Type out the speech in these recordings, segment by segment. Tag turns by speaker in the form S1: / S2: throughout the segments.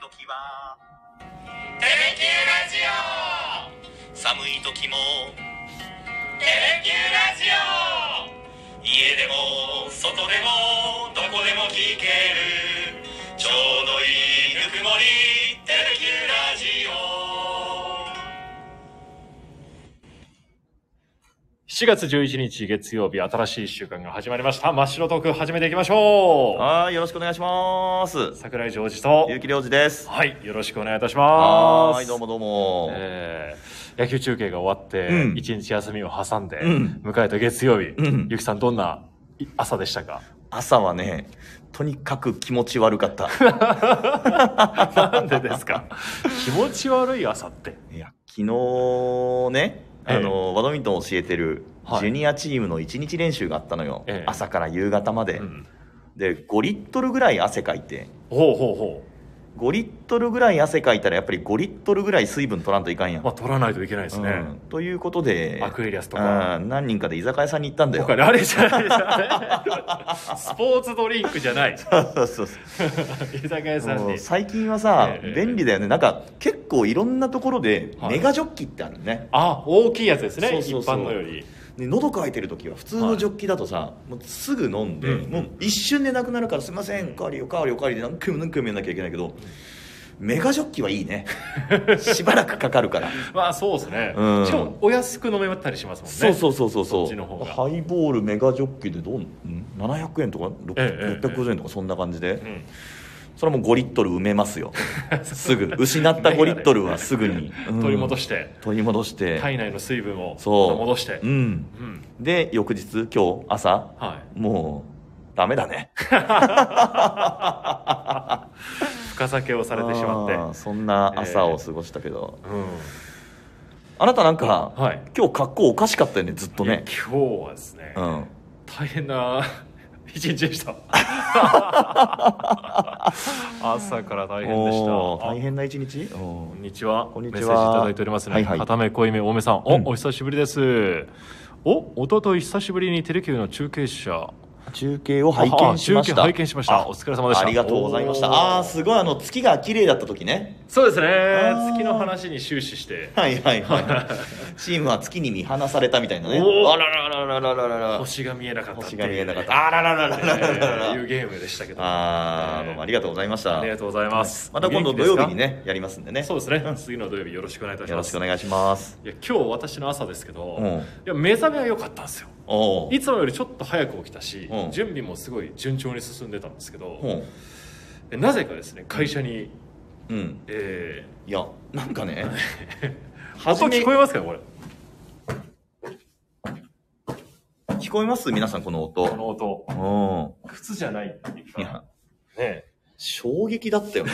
S1: 時は「テレキュラジオ」寒い時も「テレキュラジオ」家でも外でもどこでも聞けるちょうどいいぬくもり「テレキュラジオ」
S2: 7月11日月曜日、新しい1週間が始まりました。真っ白トーク始めていきましょ
S3: はい、よろしくお願いします。
S2: う桜井ジョージと
S3: ゆう、きりょうじです。
S2: はい、よろしくお願いいたします。
S3: はい、どうもどうも。
S2: えー野球中継が終わって、
S3: うん
S2: 一日休みを挟んで、
S3: うん
S2: 迎えた月曜日、
S3: ん
S2: ゆきさんどんない朝 でしたか
S3: 朝はね、とにかく気持ち悪かった。
S2: なんでですか 気持ち悪い朝って。
S3: いや、昨日ね、あの、バドミントンを教えてる
S2: はい
S3: ジュニアチームの1日練習があったのよ。
S2: ええ
S3: 朝から夕方まで、
S2: うん
S3: で、5リットルぐらい汗かいて、
S2: ほうほうほ
S3: 5リットルぐらい汗かいたらやっぱり5リットルぐらい水分取らんといかんや
S2: う。
S3: ん。
S2: まあ、取らないといけないですね。
S3: うんということで、
S2: アクエリアスとか
S3: うん何人かで居酒屋さんに行ったんだよ。
S2: 他にあれじゃないですかスポーツドリンクじゃな い。
S3: そうそうそう
S2: 居酒屋さん
S3: も
S2: に
S3: う。最近はさ、
S2: ええ
S3: 便利だよねなんか結構いろんなところで
S2: はい
S3: メガジョッキってあるね、
S2: あ、大きいやつですね。
S3: そうそうそう
S2: 一般のより。
S3: で喉乾いてる時は普通のジョッキだとさ、もうすぐ飲んで、
S2: うん
S3: もう一瞬でなくなるからすいませんおかわりおかわりおかわりで何回も何回もやんなきゃいけないけどメガジョッキはいい ねしばらくかかるから、
S2: まあそうですね。
S3: うん
S2: しかもお安く飲めたりしますもんね。
S3: そうそうそうそう
S2: そっちの方が
S3: ハイボールメガジョッキでどんん700円とか
S2: ええええ
S3: 650円とかそんな感じで、
S2: うん。
S3: それはもう5リットル埋めます よすぐ失った5リットルはすぐに、うん
S2: 取り戻して、
S3: 取り戻して
S2: 体内の水分を
S3: そう
S2: 戻して。
S3: う
S2: うんん。
S3: で翌日今日朝
S2: はい。
S3: もうダメだね
S2: 深酒をされてしまって。
S3: あーそんな朝を過ごしたけど、
S2: う
S3: あなたなんか、
S2: ん。はい。
S3: 今日格好おかしかったよねずっと
S2: いや今
S3: ね
S2: 日はですね、
S3: うん
S2: 大変な 一日 でした。朝から大変でした。
S3: おー
S2: あ
S3: 大変な一日お
S2: こ
S3: ー
S2: んにちは。
S3: こんにちは
S2: メッセージいただいておりますね。
S3: はいはい
S2: 片目濃いめ、大目さん。お、
S3: うん
S2: お久しぶりです。お、おととい久しぶりにテレキューの中継者。
S3: 中継を拝見しました
S2: あ中継拝見しました
S3: あ
S2: お疲れ様でした
S3: ありがとうございました
S2: おー
S3: ああすごいあの月が綺麗だった時ね
S2: そうですね
S3: ー。
S2: 月の話に終始して。
S3: はいはい はいチームは月に見放されたみたいなね
S2: おー
S3: あらららららららら
S2: 星が見えなかったっ
S3: 星
S2: ていう。
S3: が見えなかったあららららららららら
S2: えーいうゲームでしたけど。
S3: あー
S2: えー
S3: どうもありがとうございました
S2: ありがとうございます。
S3: また今度
S2: お
S3: 土
S2: 元気です
S3: 曜
S2: か
S3: 日に。ねやりますんでね
S2: そうですね。次の土曜日よろしくお願いいたし
S3: よろ
S2: ま
S3: し
S2: す。
S3: くお願いします
S2: いや今日私の朝ですけど、
S3: うん
S2: いや目覚めは良かったんですよ。
S3: おう
S2: いつもよりちょっと早く起きたし、
S3: うん
S2: 準備もすごい順調に進んでたんですけど、
S3: うん
S2: でなぜかですね会社に、
S3: うん
S2: え
S3: いやなんかね
S2: ー、音聞こえますかねこれ
S3: 聞こえます皆さんこの
S2: こ
S3: 音
S2: の音
S3: う
S2: 靴じゃないっていうか
S3: んいや
S2: ね
S3: 衝撃だ ったよね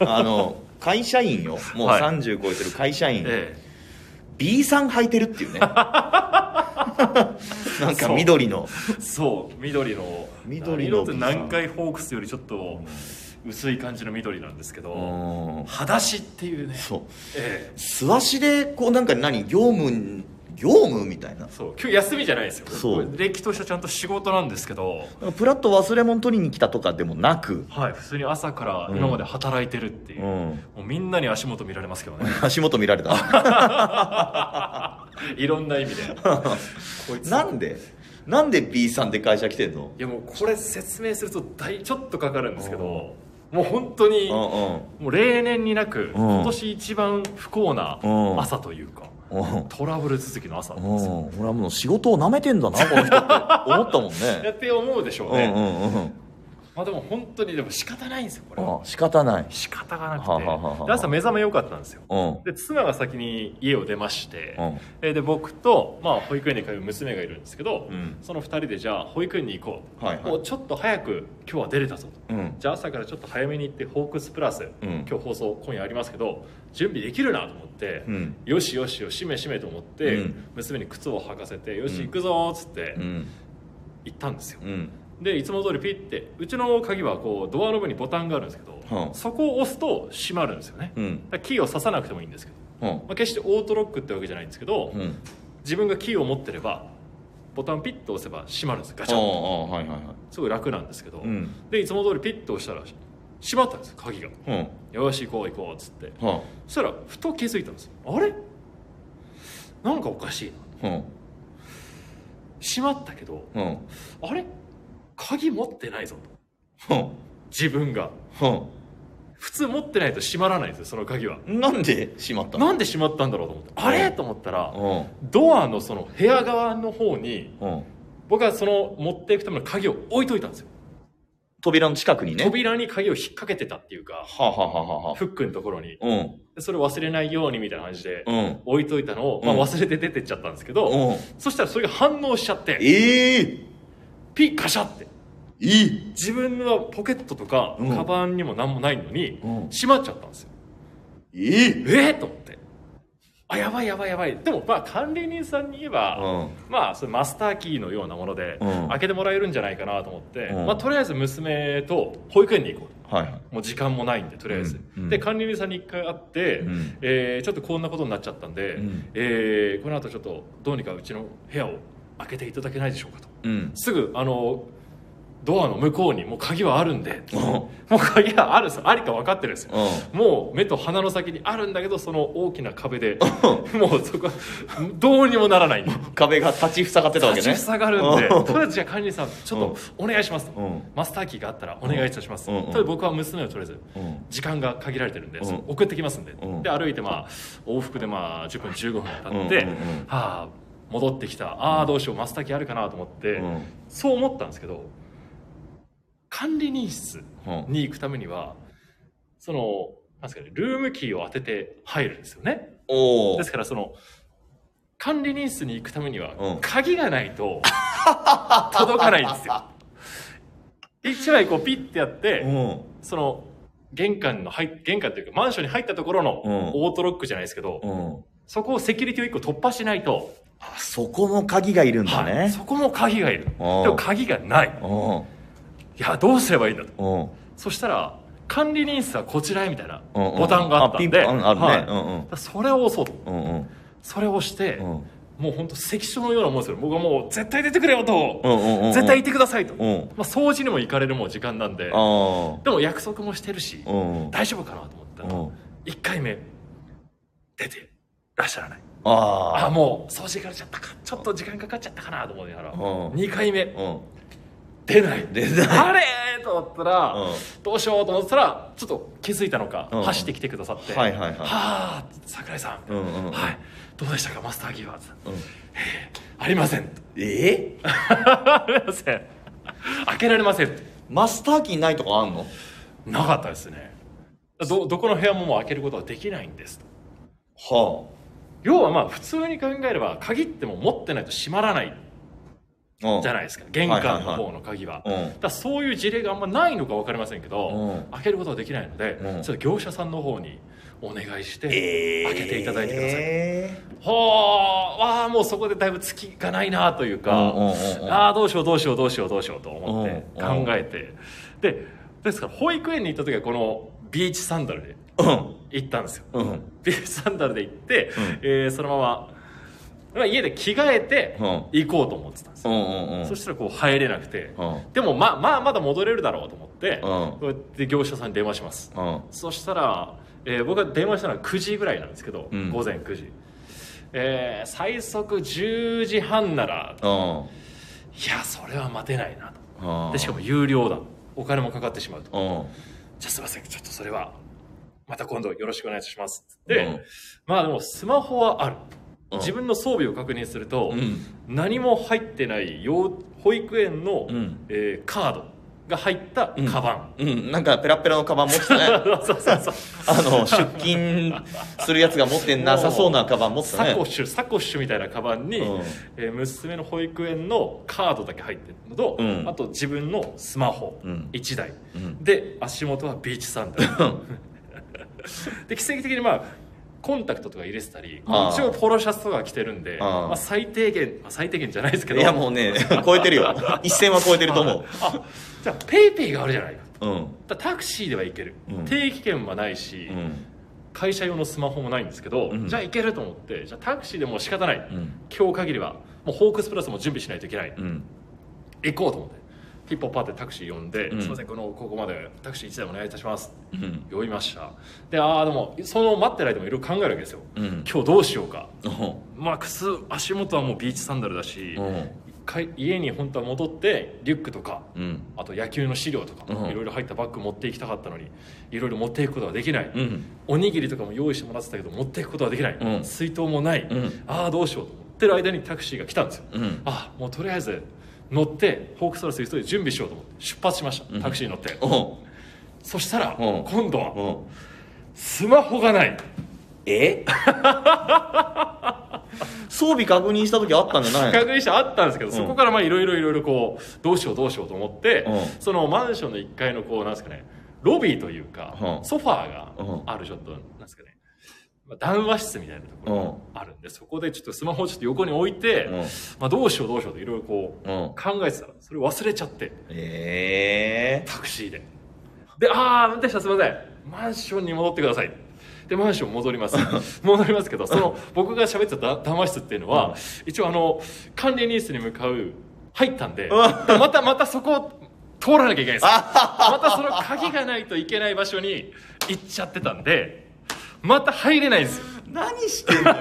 S3: あの会社員よもう
S2: はい
S3: 30超えてる会社員、
S2: え
S3: B さん履いてるって いうねなんか緑の
S2: えそう緑の
S3: 緑の
S2: 何色って南海ホークスよりちょっと薄い感じの緑なんですけど、
S3: うん
S2: 裸足っていうね
S3: そう
S2: ええ
S3: 素足でこうなんか何業務業務みたいな
S2: そう今日休みじゃないですよ
S3: そう
S2: これれっきとしたちゃんと仕事なんですけど
S3: なんかプラッと忘れ物取りに来たとかでもなく、
S2: はい普通に朝から今まで働いてるっていう、
S3: うん、
S2: もうみんなに足元見られますけど ね
S3: 足元見られ た
S2: いろんな意 味でこいつ
S3: なんでなんで B さんで会社来てんの
S2: いやもうこれ説明すると大ちょっとかかるんですけどもう本当にも
S3: う
S2: う例年になく
S3: うん
S2: 今年一番不幸な
S3: うん
S2: 朝というか
S3: んうんうん
S2: トラブル続きの朝なんですよ
S3: 俺はもう仕事をなめてんだなこの人って思ったもん
S2: や
S3: ね
S2: って思うでしょう
S3: う
S2: ね、
S3: んうんうん
S2: まあでも本当にでも仕方ないんですよこれ
S3: あ
S2: は
S3: 仕方ない
S2: 仕方がなくて
S3: はあはあはあはあ
S2: で朝目覚め良かったんですよ
S3: うん
S2: で妻が先に家を出まして
S3: うん
S2: えーで僕と、まあ、保育園に通う娘がいるんですけど、
S3: うん
S2: その2人でじゃあ保育園に行こう、
S3: はいはい
S2: もうちょっと早く今日は出れたぞと
S3: うん
S2: じゃあ朝からちょっと早めに行ってホークスプラス、
S3: うん
S2: 今日放送今夜ありますけど準備できるなと思って、
S3: うん
S2: よしよしよしめしめと思って、
S3: うん
S2: 娘に靴を履かせてよし行くぞーっつって
S3: うん
S2: 行ったんですよ、
S3: うん
S2: でいつも通りピッてうちの鍵はこうドアノブにボタンがあるんですけど、
S3: うん
S2: そこを押すと閉まるんですよね、
S3: う
S2: だ
S3: ん
S2: からキーを刺さなくてもいいんですけど、
S3: うん
S2: まあ、決してオートロックってわけじゃないんですけど、
S3: うん
S2: 自分がキーを持ってればボタンピッと押せば閉まるんですガチ
S3: ああ
S2: ャン
S3: はいはいはい
S2: すごい楽なんですけど、
S3: うん
S2: でいつも通りピッと押したら閉まったんですよ鍵が
S3: うんは
S2: よし行こう行こうっつって
S3: あ
S2: そしたらふと気づいたんですよあれなんかおかしいな
S3: うん
S2: 閉まったけど
S3: うん
S2: あれ鍵持ってないぞと
S3: うん
S2: 自分が普通持ってないと閉まらないんですよその鍵は
S3: うんなんで閉まったの
S2: なんで閉まったんだろうと思ってあれと思ったら
S3: う
S2: ドアのその部屋側の方に
S3: んうん
S2: 僕はその持っていくための鍵を置いといたんですよ
S3: 扉の近くにね
S2: 扉に鍵を引っ掛けてたっていうか
S3: はあはあはあはあはあ
S2: フックのところに
S3: うん
S2: でそれ忘れないようにみたいな感じで
S3: うん
S2: 置いといたのを、まあ、
S3: うん
S2: 忘れて出てっちゃったんですけど、
S3: うん
S2: そしたらそれが反応しちゃって
S3: ええ
S2: ピッカシャって
S3: いい
S2: 自分はポケットとか、
S3: うん
S2: カバンにも何もないのに、
S3: うん
S2: 閉まっちゃったんですよ
S3: いい
S2: えー、と思ってあやばいやばいやばいでもまあ管理人さんに言えば、
S3: うん
S2: まあそれマスターキーのようなもので、
S3: うん
S2: 開けてもらえるんじゃないかなと思って、
S3: うん
S2: まあ、とりあえず娘と保育園に行こう
S3: はい
S2: もう時間もないんでとりあえず、
S3: うんうん
S2: で管理人さんに一回会って、
S3: うん
S2: えーちょっとこんなことになっちゃったんで、
S3: うん
S2: えーこの後ちょっとどうにかうちの部屋を開けていただけないでしょうかと
S3: うん
S2: すぐあのドアの向こうにもう鍵はあるんで、
S3: うん
S2: もう鍵はあるありか分かってるんですよ、
S3: うん
S2: もう目と鼻の先にあるんだけどその大きな壁でもうそこはどうにもならないんで
S3: 壁が立ち塞がってたわけね
S2: 立ち塞がるんで
S3: うん
S2: とりあえずじゃあ管理さんちょっとお願いします、
S3: うん
S2: マスターキーがあったらお願いいたします、
S3: うんうん
S2: とりあえず僕は娘をとりあえず
S3: うん
S2: 時間が限られてるんで、
S3: うん
S2: その送ってきますんで、
S3: うん
S2: で歩いてまあ往復でまあ10分15分経って、
S3: うんうんうん
S2: はあ戻ってきたああどうしようマスタキあるかなと思って、
S3: うん
S2: そう思ったんですけど管理人室
S3: うん
S2: に行くためにはそのなんですかねルームキーを当てて入るんですよね
S3: おお
S2: ですからその管理人室に行くためには
S3: うん
S2: 鍵がないと届かないん ですよ一枚こうピッてやって、
S3: うん
S2: その玄関の入玄関というかマンションに入ったところの
S3: うん
S2: オートロックじゃないですけど、
S3: うん
S2: そこをセキュリティを一個突破しないと、
S3: あそこも鍵がいるんだ
S2: はい
S3: ね
S2: そこも鍵がいるで
S3: うん
S2: も鍵がない
S3: うん
S2: いやどうすればいいんだと
S3: うん
S2: そしたら管理人室はこちらへみたいな
S3: うんうん
S2: ボタンがあったんで、
S3: ピンポンあるね、
S2: はいだか
S3: うん
S2: らそれを押そうと
S3: うんうん
S2: それを押して、
S3: うん
S2: もう本当関所のようなもんですよ僕はもう絶対出てくれよと、
S3: うんうんうん
S2: 絶対いてくださいと、
S3: う
S2: ま
S3: ん
S2: あ、掃除にも行かれるもう時間なんで
S3: あ
S2: でも約束もしてるし、
S3: あうん
S2: 大丈夫かなと思ったら、
S3: うん
S2: 1回目出てらっしゃらないあ
S3: ああ
S2: もう掃除行かれちゃったかちょっと時間かかっちゃったかなと思いながら、
S3: うん
S2: 2回目
S3: うん
S2: 出ない
S3: 出ない
S2: あれーと思ったら、
S3: う
S2: どうしようと思ったらちょっと気づいたのか、
S3: うん
S2: 走ってきてくださって「
S3: はいはいはい
S2: はあ桜井さん、
S3: うんうんうん
S2: はいどうでしたかマスターギーは」
S3: うん
S2: ありません」
S3: えー
S2: ありません開けられません
S3: マスターキーないとかあんの
S2: なかったですねどどこの部屋ももう開けることはできないんですと
S3: は
S2: 要はまあ普通に考えれば鍵ってもう持ってないと閉まらない
S3: あうん
S2: じゃないですか玄関の方の鍵は,、
S3: うん
S2: だからそういう事例があんまないのか分かりませんけど、
S3: うん
S2: 開けることはできないので、
S3: うん
S2: それ業者さんの方にお願いして
S3: えー
S2: 開けていただいてください、
S3: え
S2: ほーわあもうそこでだいぶ月がないなというか、
S3: うんうんうんうん
S2: ああどうしようどうしようどうしようどうしようと思って
S3: うんうん
S2: 考えて、でですから保育園に行った時はこのビーチサンダルで
S3: ーうん
S2: 行ったんですよ、
S3: うん
S2: ビーチサンダルで行って、
S3: うん
S2: えーそのまま、まあ、家で着替えて
S3: うん
S2: 行こうと思ってたんです
S3: う
S2: よ、
S3: んうんうん
S2: そしたらこう入れなくて、
S3: うん
S2: でもまあまあまだ戻れるだろうと思っ
S3: う
S2: て、
S3: ん
S2: こうやって業者さんに電話します、
S3: うん
S2: そしたら、えー僕が電話したのは9時ぐらいなんですけど、
S3: うん
S2: 午前9時、えー最速10時半なら
S3: うん
S2: いやそれは待てないな
S3: う
S2: と
S3: ん
S2: でしかも有料だお金もかかってしまうと
S3: うん
S2: じゃあすいませんちょっとそれはまた今度よろしくお願いしますで、
S3: うん
S2: まあでもスマホはある、
S3: うん
S2: 自分の装備を確認すると、
S3: うん
S2: 何も入ってない幼保育園の、
S3: うん
S2: えーカードが入ったカバン、
S3: うんなんかペラペラのカバン持ってたね
S2: そうそうそう
S3: あの出勤するやつが持ってなさそうなカバン持ってた
S2: サコッ
S3: ね
S2: シュサコッシュみたいなカバンに、
S3: うん
S2: えー娘の保育園のカードだけ入ってるのと、
S3: うん
S2: あと自分のスマホ
S3: うん
S2: 1台、
S3: うん
S2: で足元はビーチサンダルで奇跡的にまあコンタクトとか入れてたり
S3: あー
S2: 一応ポロシャツとか着てるんで
S3: あー
S2: まあ、最低限、まあ、最低限じゃないですけど
S3: いやもう
S2: う
S3: ね超えてる よ一線は超えてると思
S2: あじゃあペイペイがあるじゃないか
S3: ううん
S2: だからタクシーでは行ける、
S3: うん
S2: 定期券はないし、
S3: うん
S2: 会社用のスマホもないんですけど、
S3: うん
S2: じゃあ行けると思ってじゃあタクシーでもう仕方ない、
S3: うん
S2: 今日限りはもうホークスプラスも準備しないといけない、
S3: うん
S2: 行こうと思ってピッポッパってタクシー呼んで「
S3: うん
S2: すいませんこのここまでタクシー1台お願いいたします」
S3: うん
S2: 呼びましたでああでもその待ってる間もいろいろ考えるわけですよ
S3: うん
S2: 今日どうしようか
S3: お
S2: まあ靴足元はもうビーチサンダルだし
S3: ううん
S2: 一回家に本当は戻ってリュックとか
S3: うん
S2: あと野球の資料とか
S3: うん
S2: いろいろ入ったバッグ持っていきたかったのにいろいろ持っていくことができない
S3: うん
S2: おにぎりとかも用意してもらってたけど持っていくことができない、
S3: うん
S2: 水筒もない、
S3: うん
S2: ああどうしようと思ってる間にタクシーが来たんですよ
S3: うん
S2: ああもうとりあえず乗ってホークストラス急いで準備しようと思って出発しました、
S3: うん
S2: タクシーに乗って、
S3: おう
S2: そしたら、
S3: うん
S2: 今度は
S3: おう
S2: スマホがない
S3: え装備確認した時あったんじゃないの
S2: 確認してあったんですけど、
S3: うん
S2: そこからまあいろいろいろいろこうどうしようどうしようと思って、
S3: うん
S2: そのマンションの1階のこうなんですかねロビーというか、
S3: うん
S2: ソファーが
S3: うん
S2: あるちょっとなんですかねまあ談話室みたいなところがあるんで、そこでちょっとスマホをちょっと横に置いて、
S3: うん
S2: まあ、どうしようどうしようといろいろこう
S3: うん
S2: 考えてたらそれ忘れちゃって
S3: え
S2: タクシーでで「ああ運転手さんすいませんマンションに戻ってください」でマンション戻 ります戻りますけどその僕が喋ってた談話室っていうのは、
S3: うん
S2: 一応あの管理人室に向かう入ったんでで
S3: う
S2: またまたそこを通らなきゃいけないんですよまたその鍵がないといけない場所に行っちゃってたんでまた入れないんですよ
S3: ー何してんのよ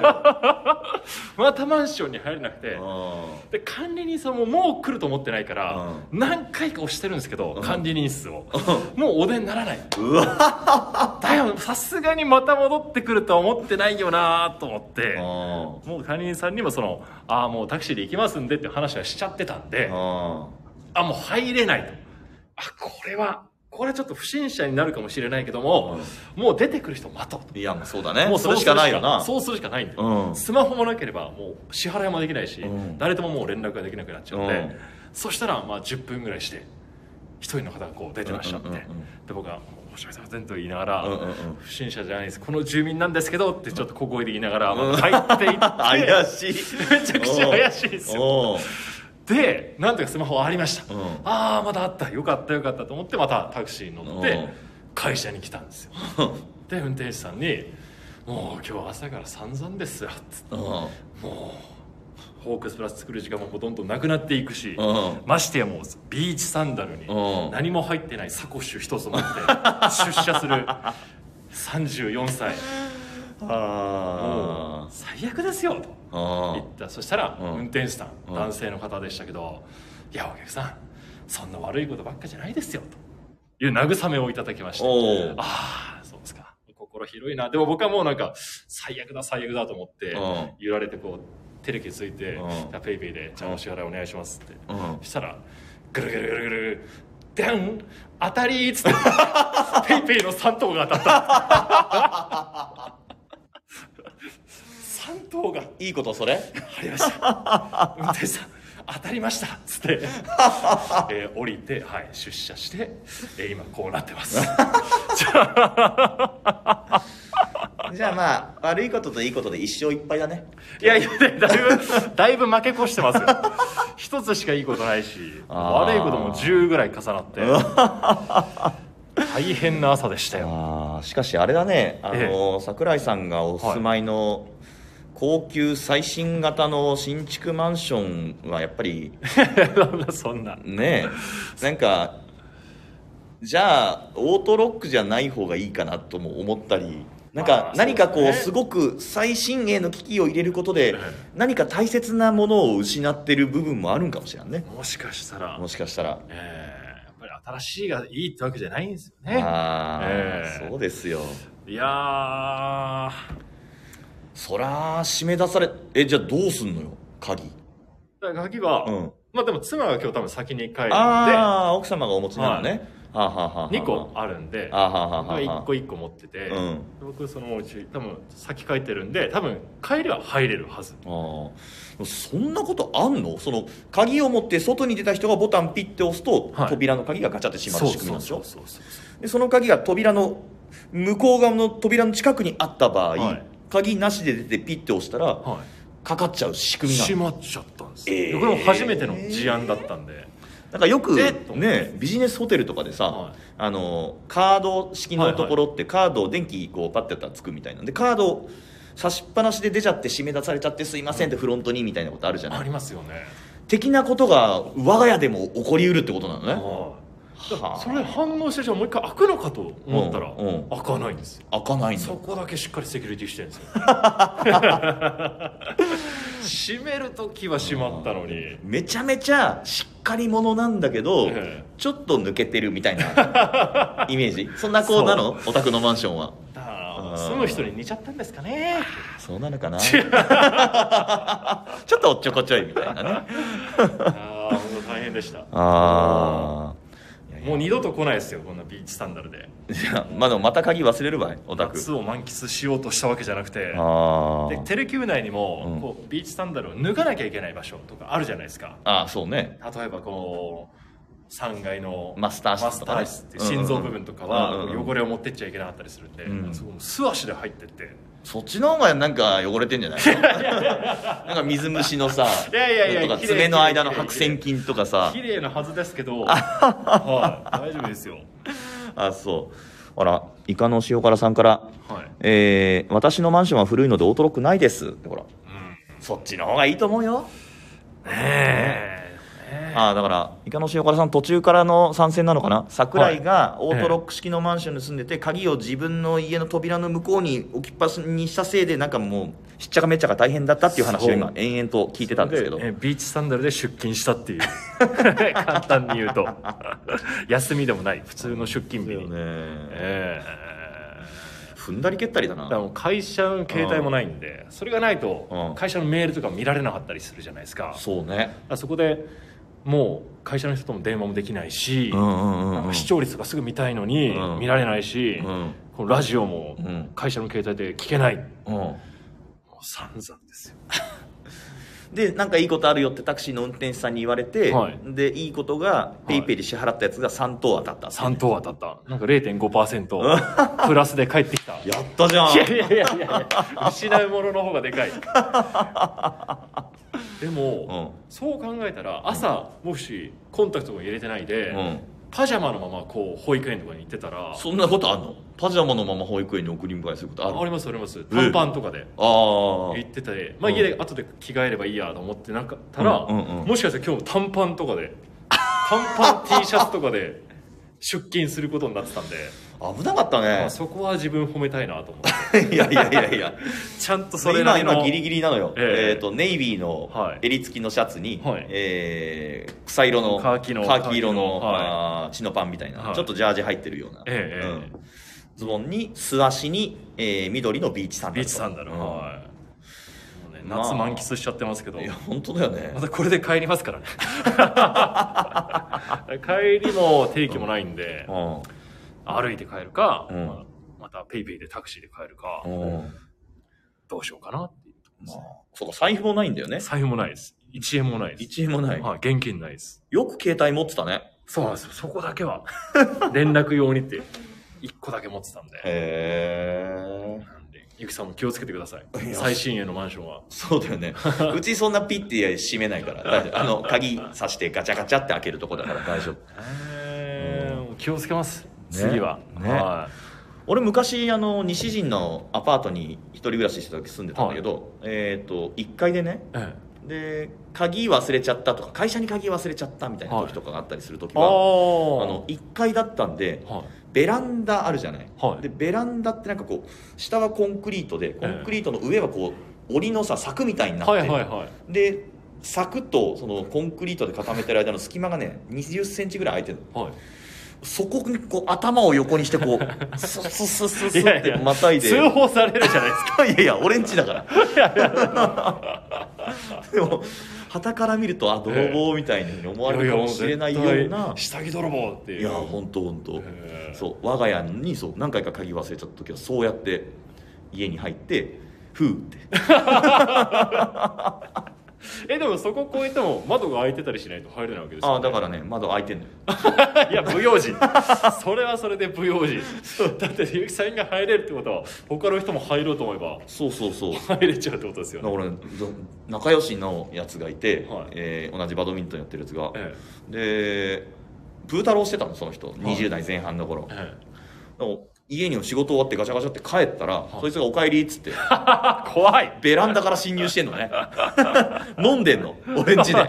S2: またマンションに入れなくて、
S3: うん
S2: で管理人さんももう来ると思ってないから、何回か押してるんですけど、
S3: うん
S2: 管理人室を、もうお出にならないう
S3: わ
S2: だよさすがにまた戻ってくるとは思ってないよなと思っ
S3: う
S2: て、
S3: ん
S2: もう管理人さんにもそのああもうタクシーで行きますんでって話はしちゃってたんで、
S3: うん
S2: あもう入れないとあこれはこれはちょっと不審者になるかもしれないけども、もう出てくる人待とうと
S3: いやもうそうだね
S2: も
S3: も
S2: う
S3: う
S2: そ
S3: そうれ
S2: する
S3: しかないよな
S2: そうするしかないんで、
S3: うん
S2: スマホもなければもう支払いもできないし、
S3: うん
S2: 誰とももう連絡ができなくなっちゃって、
S3: うん
S2: そしたらまあ10分ぐらいして一人の方がこう出てらっしゃって、
S3: うんうんうんうん
S2: で僕は「申し訳ありません」と言いながら、
S3: うんうんうん
S2: 不審者じゃないですこの住民なんですけど」ってちょっと小声で言いながら、まあ入っていって
S3: 怪しい
S2: めちゃくちゃ怪しいですよ
S3: よ
S2: でなんとかスマホありました、
S3: うん
S2: ああまだあったよかったよかったと思ってまたタクシーに乗っ
S3: う
S2: て
S3: ん
S2: 会社に来たんですよ で運転手さんに「もう今日朝から散々ですよ」つっ
S3: う
S2: て
S3: ん
S2: もうホークスプラス作る時間もほとんどなくなっていくし、
S3: うん
S2: ましてやもうビーチサンダルに
S3: うん
S2: 何も入ってないサコッシュ一つ持って出社する34歳も
S3: あ
S2: う最悪ですよと
S3: あ
S2: 言ったそしたら
S3: うん
S2: 運転手さん、
S3: うん
S2: 男性の方でしたけど「いやお客さんそんな悪いことばっかじゃないですよ」という慰めをいただきまして
S3: おう
S2: ああそうですか心広いなでも僕はもうなんか最悪だ最悪だと思って
S3: うん
S2: 揺られてこう手で気づいて
S3: うん
S2: 「じゃあペイペイでじゃあお支払いお願いします」って
S3: うん
S2: そしたらぐるぐるぐるぐるぐるダン当たりーっ つってペイペイの3頭が当たった3頭が
S3: いいことそれ
S2: ありました。運転手さん当たりましたっつ って、えー降りて、はい、出社して、えー今こうなってます。
S3: じゃあまあ悪いことといいことで一生いっぱいだね
S2: いやいや、だいぶ、だいぶ負け越してますよ。 一つしかいいことないし、
S3: あー
S2: 悪いことも10ぐらい重なって、 大変な朝でした よ。
S3: あーしかしあれだねあの、桜井さんがお住まいの、高級最新型の新築マンションはやっぱり
S2: そんな、そんな。
S3: ねえなんかじゃあオートロックじゃない方がいいかなとも思ったりなん
S2: ま
S3: か
S2: あ
S3: 何かこ
S2: そう
S3: う
S2: ですね
S3: すごく最新鋭の機器を入れることで
S2: え
S3: 何か大切なものを失ってる部分もあるんかもしれんね
S2: もしかしたら
S3: も、しかしたら
S2: えーやっぱり新しいがいいってわけじゃないんですよね。
S3: あ
S2: え
S3: あ
S2: え
S3: そうですよ
S2: いやー、
S3: そら締め出されえじゃあどうすんのよ鍵
S2: だから鍵は、
S3: うん
S2: まあでも妻が今日多分先に帰るんで、
S3: ああ奥様がお持ちなのねはあはあはあはあ
S2: 2個あるんで、
S3: あーはあはあはあ
S2: 1個1個持ってて、
S3: うん
S2: 僕そのうち多分先帰ってるんで多分帰りは入れるはず
S3: ああそんなことあんのその鍵を持って外に出た人がボタンピッて押すと、
S2: はい
S3: 扉の鍵がガチャって閉まる仕組みなんでしょ
S2: そうそうそう
S3: でその鍵が扉の向こう側の扉の近くにあった場合、
S2: はい
S3: 鍵なしで出てピッて押したら
S2: そうはい
S3: かかっちゃう仕組みな
S2: 閉
S3: の
S2: まっちゃったんですよ、
S3: えー
S2: これも初めての事案だったんで、
S3: なんかよく
S2: えっと
S3: ねビジネスホテルとかでさ、
S2: はい
S3: あのカード式のところってカードを電気こうパッてやったらつくみたいなんでカードを差しっぱなしで出ちゃって締め出されちゃってすいませんってフロントにみたいなことあるじゃない
S2: ありますよね
S3: 的なことが我が家でも起こりうるってことなのね、
S2: はいだから
S3: はあ
S2: それ反応してじゃあもう一回開くのかと思ったら、
S3: うんうん
S2: 開かないんですよ
S3: 開かないんだ
S2: そこだけしっかりセキュリティしてるんですよ閉める時は閉まったのに
S3: めちゃめちゃしっかり者なんだけど、
S2: ええ
S3: ちょっと抜けてるみたいな イメージそんな子なのお宅のマンションは
S2: だか
S3: う
S2: ら
S3: ん
S2: 住む人に似ちゃったんですかね
S3: そうなのかなちょっとおっ ちょこちょいみたいなね
S2: ああ本当大変でした
S3: ああ
S2: もう二度と来ないですよこんなビーチサンダルで
S3: いやまあでもまた鍵忘れるわいお宅
S2: 夏を満喫しようとしたわけじゃなくて
S3: あ
S2: で
S3: ー
S2: テレキュー内にも、
S3: うん
S2: こうビーチサンダルを脱がなきゃいけない場所とかあるじゃないですか
S3: あーそうね
S2: 例えばこう3階の
S3: マスター
S2: マ
S3: 室
S2: ス
S3: と
S2: タ
S3: かね
S2: ー室っていう心臓部分とか
S3: う
S2: は
S3: んうんうん
S2: 汚れを持ってっちゃいけなかったりするんで、
S3: うん
S2: そこも素足で入ってって
S3: そっちの方がなんか汚れてん じゃないのなんか水虫のさ
S2: いやいやいや
S3: とか
S2: 綺麗
S3: 爪の間の白癬菌とかさ
S2: 綺麗なはずです けど、はい、大丈夫ですよ、
S3: あそうあらイカの塩辛さんから
S2: はい
S3: 「えー、私のマンションは古いのでオートロックないです」ってほら
S2: うん、ね
S3: そっちの方がいいと思うよ
S2: え
S3: あーだからイカの塩辛さん途中からの参戦なのかな桜井がオートロック式のマンションに住んでて、鍵を自分の家の扉の向こうに置きっぱにしたせいでなんかもうしっちゃかめっちゃか大変だったっていう話を今延々と聞いてたんですけど
S2: えビーチサンダルで出勤したっていう 簡単に言うと 休みでもない普通の出勤日に、ええ
S3: 踏んだり蹴ったりだな
S2: だからもう会社の携帯もないんでそれがない
S3: うん
S2: と会社のメールとか見られなかったりするじゃないですか
S3: そうね
S2: あそこでもう会社の人とも電話もできないし、
S3: うんうんうん
S2: なん
S3: うん
S2: か視聴率がすぐ見たいのに
S3: うん
S2: 見られないし、
S3: うん
S2: このラジオも
S3: うん
S2: 会社の携帯で聞けない、も
S3: うん
S2: う散々ですよ
S3: でなんかいいことあるよってタクシーの運転手さんに言われて、
S2: はい
S3: でいいことがペイペイで支払ったやつが3等当たった、
S2: 3等当たったなんか0.5%プラスで返ってきた い
S3: やったじゃん
S2: やいやいやいや失うものの方がでか いでも、
S3: う
S2: そう考えたら朝もしコンタクトも入れてないで、
S3: うん、
S2: パジャマのままこう保育園とかに行ってたら
S3: そんなことあんのパジャマのまま保育園に送り迎えすることある
S2: ありますあります短パンとかで
S3: あ
S2: 行ってて、まあ、
S3: うん
S2: 家で後で着替えればいいやと思ってなかったら、
S3: うんうんうん
S2: もしかして今日も短パンとか で短パン T シャツとかで出勤することになってたんで、
S3: あ危なかった
S2: ま
S3: ね
S2: あ、そこは自分褒めたいなと 思って
S3: いやいやいやいや
S2: ちゃんとそれ
S3: 今
S2: なりの
S3: 今ギリギリなのよえ
S2: ええ
S3: っ、とネイビーの
S2: はい
S3: 襟付きのシャツに、
S2: はい
S3: えー草色の
S2: カーキの
S3: 色の
S2: カーキの
S3: あーチノパンみたいな、
S2: はい
S3: ちょっとジャージ入ってるような、
S2: ええええ
S3: うんズボンに素足に、えー緑のビーチサンダルと
S2: ビーチサンダル、
S3: うん
S2: はいもうね
S3: まあ
S2: 夏満喫しちゃってますけど、
S3: いや本当だよね
S2: またこれで帰りますからね 帰りも定期もないんで、
S3: う
S2: 歩いて帰るか、
S3: うん
S2: まあまたペイペイでタクシーで帰るか、
S3: んうん
S2: どうしようかなっていうところで
S3: ます
S2: ね、
S3: あそうか財布もないんだよね
S2: 財布もないです1円もないです
S3: 1円もない、
S2: はい、現金ないです
S3: よく携帯持ってたね
S2: そうなんですよそこだけ は連絡用にって1個だけ持ってたんで
S3: へえ
S2: なんでゆきさんも気をつけてください
S3: いや
S2: 最新鋭のマンションは
S3: そうだよ ねうちそんなピッて閉めないから大丈夫あの鍵さしてガチャガチャって開けるとこだから大丈夫
S2: へーもう気をつけます、
S3: ね
S2: 次は、
S3: ね
S2: は
S3: 俺昔あの西陣のアパートに一人暮らししてた時住んでたんだけど、えっ、と1階でね
S2: い、ええ
S3: で鍵忘れちゃったとか会社に鍵忘れちゃったみたいな時とかがあったりする時
S2: あ
S3: は、
S2: ー
S3: あの1階だったんで
S2: はい
S3: ベランダあるじゃない、
S2: はい
S3: でベランダってなんかこう下はコンクリートでコンクリートの上はこう檻のさ柵みたいになってる、
S2: はいはいはい
S3: で柵とそのコンクリートで固めてる間の隙間がね2 0ンチぐらい空いてるの
S2: はい
S3: そこにこう頭を横にしてこ うスッスッスッスッスッってまたいで
S2: 通報されるじゃないですか
S3: いやいや俺んちだから でも傍から見るとあ泥棒みたいに思われるかもしれないような
S2: 絶対、下着泥棒っていう
S3: いや本当本当
S2: へー
S3: そう我が家にそう何回か鍵忘れちゃった時はそうやって家に入ってふうって
S2: えでもそこ越えても窓が開いてたりしないと入れないわけですよ、
S3: ああ
S2: ね、
S3: だからね窓開いてんのよ
S2: いや不用心それはそれで不用心だって結城さんが入れるってことは他の人も入ろうと思えば
S3: そうそうそう
S2: 入れちゃうってことですよ
S3: だ
S2: ね、
S3: からねど仲良しのやつがいて、
S2: はい
S3: えー同じバドミントンやってるやつが、
S2: え
S3: でブー太郎してたのその人20代前半の頃、
S2: ええ
S3: でも家に仕事終わってガチャガチャって帰ったら、そいつが「おかえり」っつって
S2: あ怖い
S3: ベランダから侵入してんのね 飲んでんの俺 んちで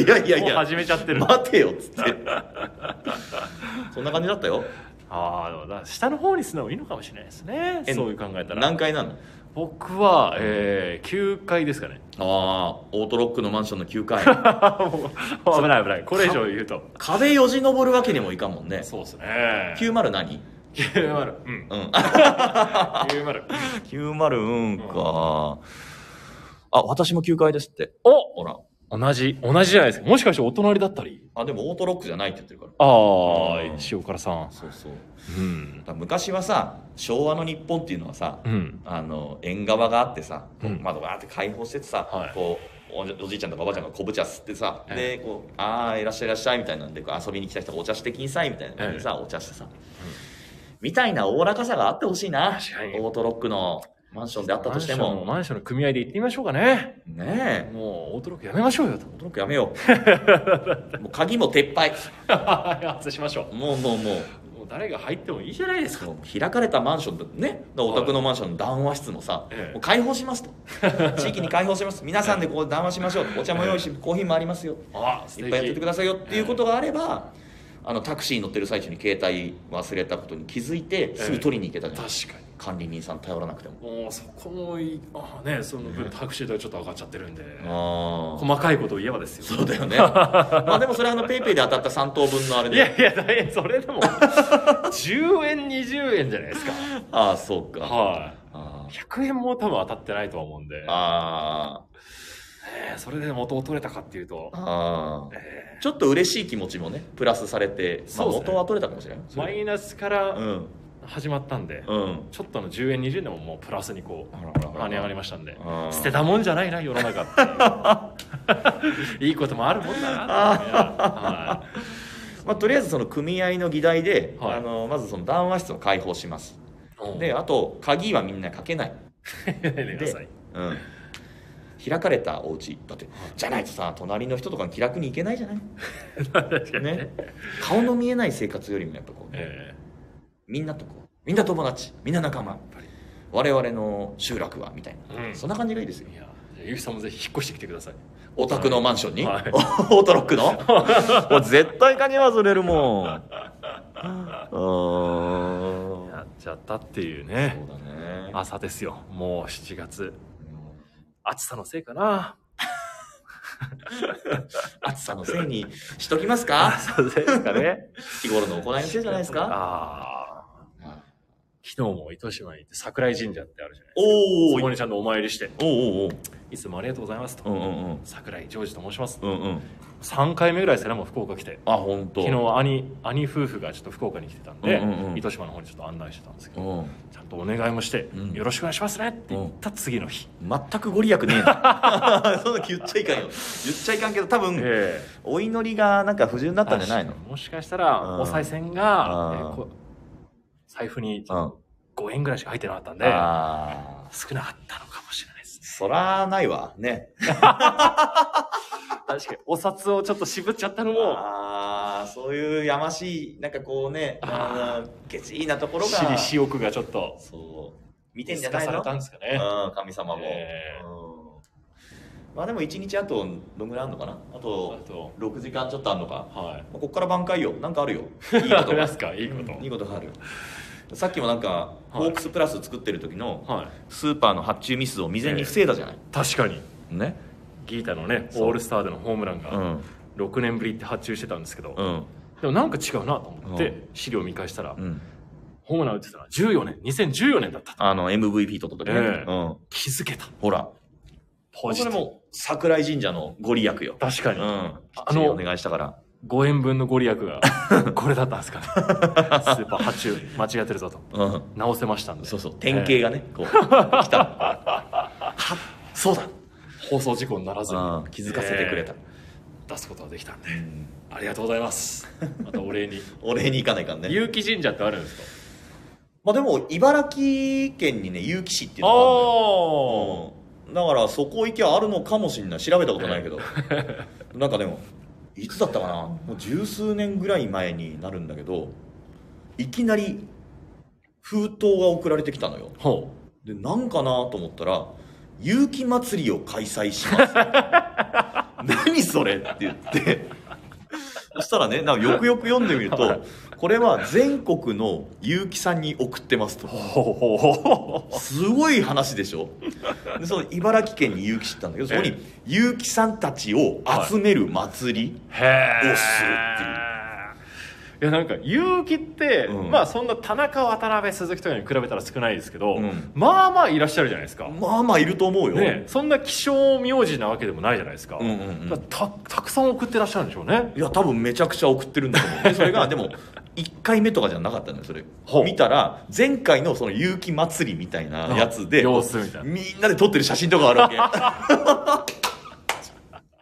S3: いやいやい
S2: もう
S3: や
S2: 始めちゃってる
S3: 待てよっつってそんな感じだったよ
S2: ああでもな下の方に素直いいのかもしれないですね
S3: え
S2: そういう考えたら
S3: 何階なの
S2: 僕は、えー、9階ですかね
S3: ああオートロックのマンションの9階
S2: もう危ない危ないこれ以上言うと
S3: 壁よじ登るわけにもいかんもんね
S2: そうですね
S3: 90何
S2: 90うん
S3: うん
S2: 90
S3: 90うんかあ私も9階ですって
S2: お
S3: ほら
S2: 同じ同じじゃないですかもしかしてお隣だったり
S3: あでもオートロックじゃないって言ってるから
S2: あ
S3: うん
S2: あ塩辛さん
S3: そうそう
S2: うん
S3: だから昔はさ昭和の日本っていうのはさ、
S2: うん
S3: あの縁側があってさ、
S2: うん
S3: 窓があって開放しててさ、
S2: はい
S3: こうおじおじいちゃんとかおばあちゃんが昆布茶吸ってさ、
S2: え
S3: でこう「ああいらっしゃいいらっしゃい」みたいなんでこう遊びに来た人がお茶してきんさいみたいな感じでさ、お茶してさ、みたいなおおらかさがあってほしいな
S2: 確かに
S3: オートロックのマンションであったとしても
S2: マンションの組合で行ってみましょうかね
S3: ねえ
S2: もうオートロックやめましょうよと
S3: オートロックやめよ うもう鍵も撤廃
S2: 外しましょ
S3: もうもうもう
S2: うもう誰が入ってもいいじゃないですか
S3: もう開かれたマンションだねお宅のマンションの談話室もさ、
S2: ええ
S3: もう開放しますと地域に開放します皆さんでこう談話しましょうお茶も用意してコーヒーもありますよ
S2: あ
S3: いっぱいやっててく
S2: だ
S3: ださいよっていうことがあれば、あのタクシーに乗ってる最中に携帯忘れたことに気づいてすぐ取りに行けたじゃん、
S2: 確かに
S3: 管理人さん頼らなくても
S2: もうそこもいああねその分タクシー代ちょっと上がっちゃってるんで
S3: ああ
S2: 細かいことを言えばですよ
S3: そうだよねまあでもそれはあのペイペイで当たった3等分のあれ
S2: いや
S3: で
S2: いや大変それでも10円20円じゃないですか
S3: ああそうか
S2: は
S3: あ
S2: い100円も多分当たってないとは思うんで
S3: ー、あー
S2: えーそれで元を取れたかっていうと、
S3: あー
S2: え
S3: ちょっと嬉しい気持ちもねプラスされて、まあ、
S2: そうですね
S3: 元は取れたかもしれない
S2: ーマイナスから
S3: うん
S2: 始まったんで、
S3: うん
S2: ちょっとあの10円20円でももうプラスにこう
S3: ほらほらほら
S2: 跳ね上がりましたんで
S3: あー
S2: 捨てたもんじゃないな世の中 っていういいこともあるもんだなって思いながらは
S3: まあ、とりあえずその組合の議題で、
S2: はい
S3: あのまずその談話室を開放します
S2: い
S3: であと鍵はみんなかけない、
S2: でください
S3: うん、開かれたお家だってじゃないとさ隣の人とかに気楽に行けないじゃない
S2: 確かにね
S3: ね顔の見えない生活よりもやっぱこう、ね
S2: え
S3: みんなとこうみんな友達みんな仲間
S2: ぱり
S3: 我々の集落はみたいな、
S2: うん
S3: そんな感じがいいですよ
S2: ーいやじゃあゆうきさんもぜひ引っ越してきてください
S3: お宅のマンションに、
S2: はい
S3: オートロック の俺絶対鍵忘れる もんうん
S2: やっちゃったっていうね
S3: そうだね
S2: 朝ですよもう7月暑さのせいかな
S3: 暑さのせいにしときますか
S2: そうですかね
S3: 日頃の行いのせいじゃないですか
S2: ああ昨日も糸島に行って桜井神社ってあるじゃない
S3: お
S2: そこ
S3: ー
S2: にちゃんとお参りして
S3: おおお
S2: いつもありがとうございますと、
S3: うんうんうん
S2: 桜井ジョージと申します
S3: うんうん
S2: 3回目ぐらいですねもう福岡来て
S3: あ本当
S2: 昨日兄兄夫婦がちょっと福岡に来てたんで、
S3: うんうんうん
S2: 糸島の方にちょっと案内してたんですけ
S3: う
S2: ど、
S3: ん
S2: ちゃんとお願いもして、
S3: うん
S2: よろしくお願いしますねって言った次の日、
S3: 全くご利益ねえな そんな言っちゃいかんよ言っちゃいかんけど多分、
S2: ええ
S3: お祈りがなんか不純だったんじゃないの
S2: あもしかしたら
S3: うん
S2: お賽銭
S3: うん
S2: が、えーこ財布に
S3: うんあ
S2: 5円ぐらいしか入ってなかったんで
S3: あー
S2: 少なかったのかもしれないですね
S3: そらないわね
S2: 確かにお札をちょっと渋っちゃったのも
S3: ああそういうやましいなんかこうね
S2: あ
S3: ケチいなところが
S2: 私利私欲がちょっと
S3: そう見
S2: 見
S3: てんじゃない
S2: され
S3: の
S2: たんですかね
S3: うん、神様も、
S2: ええ
S3: うんまあでも1日あとどんぐらいあるのかなあ
S2: あ
S3: と
S2: と
S3: 6時間ちょっとあるのか、ま
S2: はい
S3: あこっから挽回よなんかあ るよいい
S2: いい
S3: こ
S2: ことと
S3: が
S2: ですかいいこと、
S3: いいことがあるさっきもなんかホークスプラス作ってる時の
S2: はい
S3: スーパーの発注ミスを未然に防いだじゃない、
S2: 確かに
S3: ね
S2: ギータのね
S3: そう
S2: オールスターでのホームラン
S3: う
S2: が
S3: ん
S2: 6年ぶりって発注してたんですけど、
S3: うん
S2: でもなんか違うなと思
S3: う
S2: って資料を見返したら、
S3: うん
S2: ホームラン打ってたのは14年2014年だったと
S3: あの MVP 取った時ね、
S2: ええ
S3: うん
S2: 気づけた
S3: ほら
S2: ポジ
S3: そ
S2: テ
S3: れ
S2: ィブ
S3: も桜井神社のご利益よ、
S2: 確か
S3: う
S2: に、
S3: ん、あ
S2: あ
S3: の
S2: の
S3: お願いしたから
S2: 5円分のご利益 がこれだったんですかねスーパー発注間違ってるぞと
S3: うん
S2: 直せましたんで
S3: そうそう典型がね、こう来たはそうだ
S2: 放送事故にならずに
S3: うん気づかせてくれた、
S2: えー出すことができたんでありがとうござい ますまたお礼に
S3: お礼に行かないからね、
S2: 結城神社ってあるんですか
S3: まあ、でも茨城県にね結城市っていう
S2: あ
S3: のがあるのよう
S2: あ
S3: んだからそこ行きゃあるのかもしれない調べたことないけどなんかでもいつだったかなもう十数年ぐらい前になるんだけどいきなり封筒が送られてきたのよ
S2: ほう
S3: でなんかなと思ったら「有機祭りを開催します」何それって言ってそしたらねなんかよくよく読んでみるとこれは全国の有機さんに送ってますと
S2: ほうほうほうほ
S3: すごい話でしょでその茨城県に有機市ってあるんだけどそこに有機さんたちを集める祭り、
S2: うへえ
S3: をするっていう
S2: いやなんか勇気って、
S3: うん
S2: まあそんな田中渡辺鈴木とかに比べたら少ないですけど、
S3: うん
S2: まあまあいらっしゃるじゃないですか、
S3: まあまあいると思うよ、
S2: ね、そんな希少名字なわけでもないじゃないですか,、
S3: うんうんうん
S2: だからたたくさん送ってらっしゃるんでしょうね
S3: いや多分めちゃくちゃ送ってるんだと思う でそれがでも1回目とかじゃなかったのよそれ
S2: ほう
S3: 見たら前回のその有機祭りみたいなやつで
S2: うん様子みたいな
S3: みんなで撮ってる写真とかあるわ け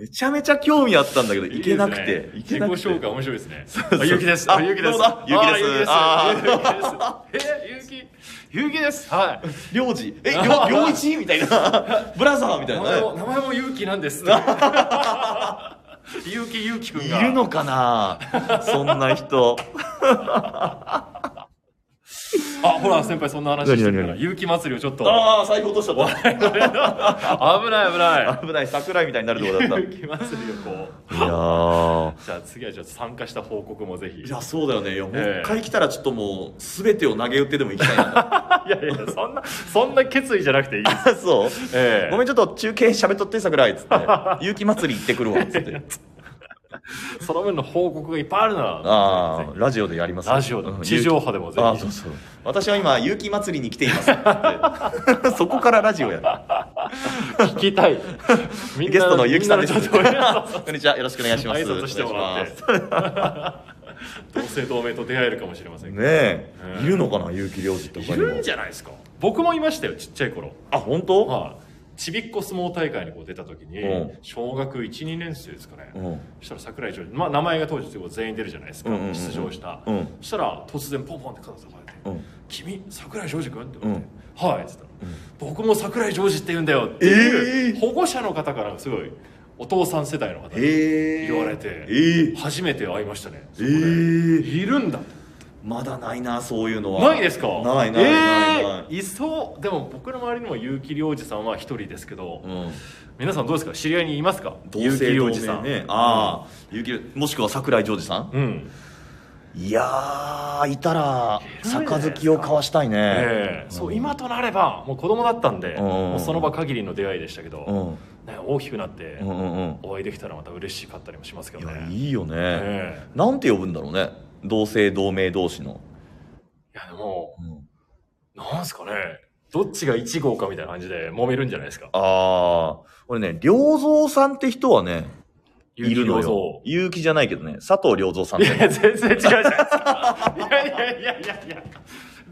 S3: めちゃめちゃ興味あったんだけどいけなくて
S2: い
S3: い
S2: いです
S3: け
S2: ね
S3: なく
S2: 自己紹
S3: て
S2: 介面白いですね
S3: そう
S2: あゆうきです
S3: あ
S2: あゆうきで
S3: どうも
S2: す
S3: だゆうきです
S2: あゆうきですえゆうきゆうきですはい
S3: 領事え領領一みたいな ブラザーみたい
S2: 名
S3: な
S2: 前も名前もゆうきなん ですってゆうきゆうきくん
S3: い
S2: が
S3: るのかなそんな 人
S2: あほら先輩そんな話してるから
S3: 何
S2: ゆうき祭りをちょっと
S3: ああ財布落とした怖い
S2: 危ない危な
S3: 危ない桜井みたいになるとこだった
S2: い
S3: い
S2: ゆうき祭りをこう
S3: やー
S2: じゃあ次はちょっと参加した報告もぜひ
S3: いやそうだよねいやもう
S2: ええ
S3: 一回来たらちょっともう全てを投げ打ってでも行きたいな
S2: いやいやそんなそんな決意じゃなくて いいです
S3: あ そう、
S2: ええ
S3: ごめんちょっと中継しゃべっとって桜井っつって 「有機祭り行ってくるわ」っつって
S2: その分の報告がいっぱいあるなら
S3: ああラジオでやります
S2: ラジオで
S3: うん
S2: 地上波でもぜ
S3: ああ
S2: ひ
S3: そうそう私は今有機祭りに来ていますって そこからラジオやる
S2: 聞きたいみんな
S3: ゲストのゆきさんです
S2: みなのちょっと
S3: こんにちはよろ しくお願いします
S2: 挨拶しても らって同姓同名と出会えるかもしれませんけ
S3: ねえ、
S2: ええ
S3: いるのかな有機領事と
S2: ど
S3: か
S2: い
S3: にも
S2: るんじゃないですか僕もいましたよちっちゃい頃
S3: あ本当、
S2: はいちびっこ相撲大会にこう出た時に
S3: うん
S2: 小学12年生ですかね、
S3: うん
S2: そしたら桜井長まあ名前が当時全員出るじゃないですか、
S3: うんうんうん
S2: 出場した、
S3: うん
S2: そしたら突然ポンポンって肩叩かれて「
S3: うん
S2: 君桜井ジョージ君?」って言われて「はい」っつったら、僕も桜井ジョージって言うんだよ」って
S3: え
S2: いう
S3: ー
S2: 保護者の方からすごいお父さん世代の方に
S3: ええ
S2: 言われて、
S3: ええ
S2: 初めて会いましたねそ
S3: え
S2: こで
S3: え
S2: いるんだ
S3: まだないなそういうのは
S2: ないですか
S3: ないないないない、
S2: えーいそうでも僕の周りにも結城良二さんは一人ですけど、
S3: うん
S2: 皆さんどうですか知り合いにいますか
S3: 同
S2: 結
S3: 姓
S2: 城
S3: 同
S2: 良
S3: 名
S2: 二さん
S3: ねああ、有機領もしくは桜井ジョージさん
S2: うん
S3: いやーいたら
S2: 偉いね
S3: 杯を交わしたいね、
S2: ええそう今となればもう子供だったんで、
S3: ん
S2: もうその場限りの出会いでしたけ
S3: うん
S2: ど、ね、大きくなって、
S3: うんうん
S2: お会いできたらまた嬉しかったりもしますけ
S3: うんい
S2: どね
S3: や
S2: い
S3: いいよね、
S2: え
S3: なんて呼ぶんだろうね同姓同名同士の、
S2: やでもなんすかねどっちが1号かみたいな感じで揉めるんじゃないですか
S3: ああ俺ね良三さんって人はねいるの
S2: 結城良三
S3: よ結城じゃないけどね佐藤良三さん
S2: い
S3: って
S2: や、全然違うじゃないですか。いやいやいやいやいや。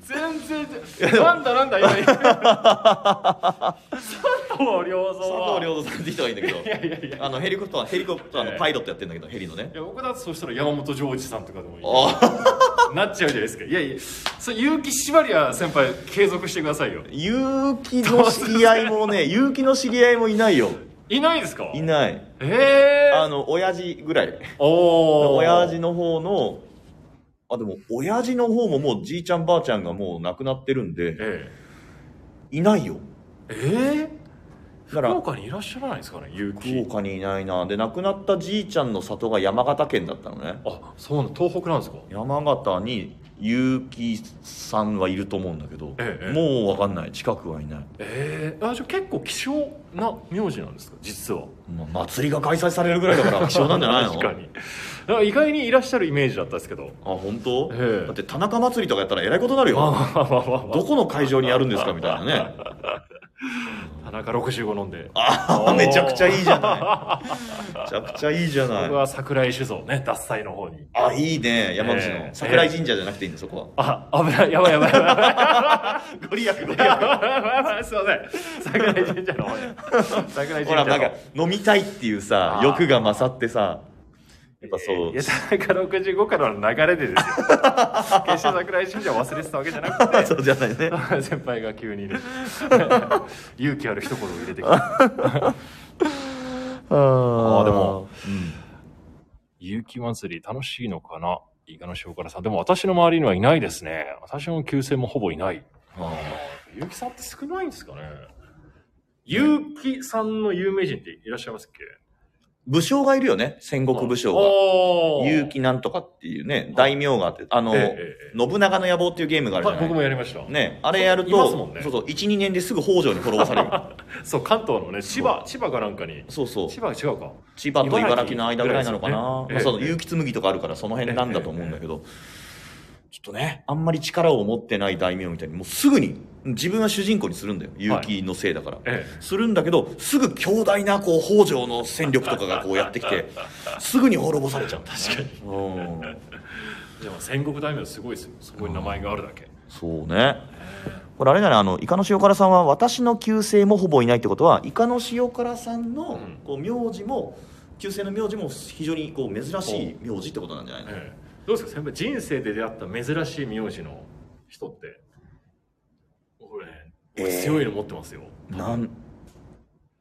S2: 全然違う。なんだな んだ、今。佐
S3: 佐藤
S2: 藤良三は。
S3: 良三さんって人がいいんだけど
S2: いやいやいや。い
S3: あのヘリコプターヘリコプター
S2: ええ
S3: のパイロットやってんだけど、ヘリのね
S2: や、僕だとそうしたら山本譲二さんとかでもいい。
S3: ああ
S2: なっちゃうじゃないですか。いやいや、そう、結城縛りは先輩継続してくださいよ。
S3: 結城の知り合いもね結城の知り合いもいないよ
S2: いないですか
S3: いない
S2: ええー。
S3: あの親父ぐらい
S2: おお。
S3: 親父の方のあでも親父の方ももうじいちゃんばあちゃんがもう亡くなってるんで
S2: え
S3: いないよ
S2: え。ええ。
S3: だか
S2: 福
S3: ら
S2: 岡にいらっしゃらないですかね、結
S3: 福
S2: 城。
S3: 岡にいないなで亡くなったじいちゃんの里が山形県だったのね
S2: あ、そうなの、東北なんですか。
S3: 山形に結城さんはいると思うんだけど、
S2: ええ
S3: もう分かんない近くはいない、
S2: ええあ、じゃ、結構希少な名字なんですか、実は。
S3: まあ祭りが開催されるぐらいだから希少なんじゃないの
S2: 確かにだから意外にいらっしゃるイメージだったんですけど
S3: あ本当、
S2: ええ
S3: だって田中祭りとかやったらえらいことになる
S2: まあ
S3: よ
S2: まあまあまあ ま
S3: どこの会場にやるんですかみたいなね
S2: あ田中65飲んで
S3: あめちゃくちゃいいじゃない
S2: ゃない
S3: めちゃくちゃいいじゃない
S2: 僕は桜井酒造ね獺祭の方に
S3: あ、いいね。山口
S2: え
S3: の
S2: え
S3: 桜井神社じゃなくていいんだ、そこは。
S2: あ危ないやばいやばいやばいやばい
S3: ご 利益、ご利益。
S2: やばいやばいすいません桜井神社の方に桜井神
S3: ほ
S2: 社
S3: ら、
S2: の
S3: な
S2: 方
S3: んか、飲みたいっていうさ
S2: あ、ー
S3: 欲が勝ってさ、やっぱそ
S2: いうや、田中65からの流れ でですよ決して桜井神社を忘れてたわけじゃなくて
S3: そうじゃないね。
S2: 先輩が急 にね勇気ある一言を入れてきた
S3: あ
S2: ーでも、
S3: うん
S2: 有機祭り楽しいのかなイカの塩辛さん。でも私の周りにはいないですね。私の旧姓もほぼいない。結城さんって少ないんですかね結城さんの有名人っていらっしゃいますっけ
S3: 武将がいるよね戦国武将が
S2: が
S3: 結城なんとかっていうね大名があってあの、
S2: ええええ
S3: 信長の野望っていうゲームがあるじゃ
S2: は
S3: ないい
S2: 僕もやりました。
S3: ね、あれやる
S2: います
S3: と、
S2: もんね
S3: そうそう12年ですぐ北条に滅ぼさ れる
S2: そう、関東のね、千葉、千葉かなんかに。
S3: そうそう
S2: 千葉は違うか。
S3: 千葉と茨城の間ぐらいなのかな、
S2: 茨城
S3: まあ、
S2: ぐらいですよねええ
S3: その結城紬とかあるからその辺なんだと思うんだけど、ちょっとねあんまり力を持ってない大名みたいにもうすぐに自分は主人公にするんだよ結城のせいだから、
S2: え
S3: するんだけどすぐ強大なこう北条の戦力とかがこうやってき てすぐに滅ぼされちゃうんだ、ね、確かに
S2: え。でも戦国大名すごいですよ。そこに名前があるだけ。
S3: そうねこれあれだねあのイカの塩辛さんは私の旧姓もほぼいないってことはイカの塩辛さんの
S2: うん
S3: こう名字も旧姓の名字も非常にこう珍しい名字ってことなんじゃないの、
S2: ええどうですか先輩、人生で出会った珍しい名字の人って。俺、俺
S3: ええ
S2: 強いの持ってますよ。
S3: なん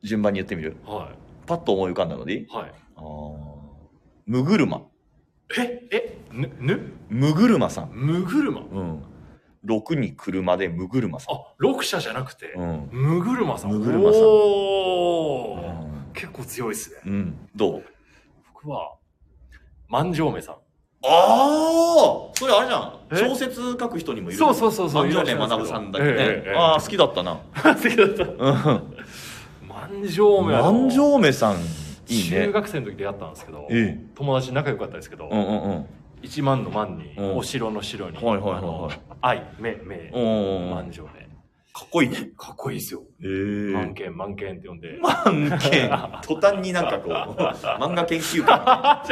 S3: 順番に言ってみる
S2: は
S3: パッと思い浮かんだのでいい
S2: い。はい。
S3: あーむぐるま
S2: え、え、ぬ、ぬ
S3: むぐるまさん、
S2: むぐるま
S3: うん、6に車でむぐるまさん
S2: あ、六社じゃなくて
S3: う、ん、
S2: むぐるまさん。
S3: むぐるまさん
S2: お
S3: う
S2: ー
S3: ん
S2: 結構強いですね。
S3: うん、どう
S2: 僕は、万丈目さん。
S3: ああそれあれじ
S2: え
S3: ゃん小説書く人にもいる
S2: そうそうそうそう
S3: 万丈
S2: い
S3: 年
S2: らっしゃい
S3: 学
S2: ます
S3: さんだけどね、
S2: ええええ
S3: ああ好きだったな
S2: 好きだった。
S3: うん
S2: 万丈目
S3: 万丈目さんいいね
S2: 中学生の時出会ったんですけど、
S3: ええ
S2: 友達仲良かったですけど、
S3: うんうんうん
S2: 一万の万に、
S3: うん
S2: お城の城に、
S3: はいはいはいはい
S2: あの愛、目、目、
S3: うんうんうん
S2: 万丈目。
S3: かっこいいね
S2: かっこいいですよ。
S3: ええ
S2: 万件、万件って呼んで。
S3: 漫画途端になんかこう 漫画研究家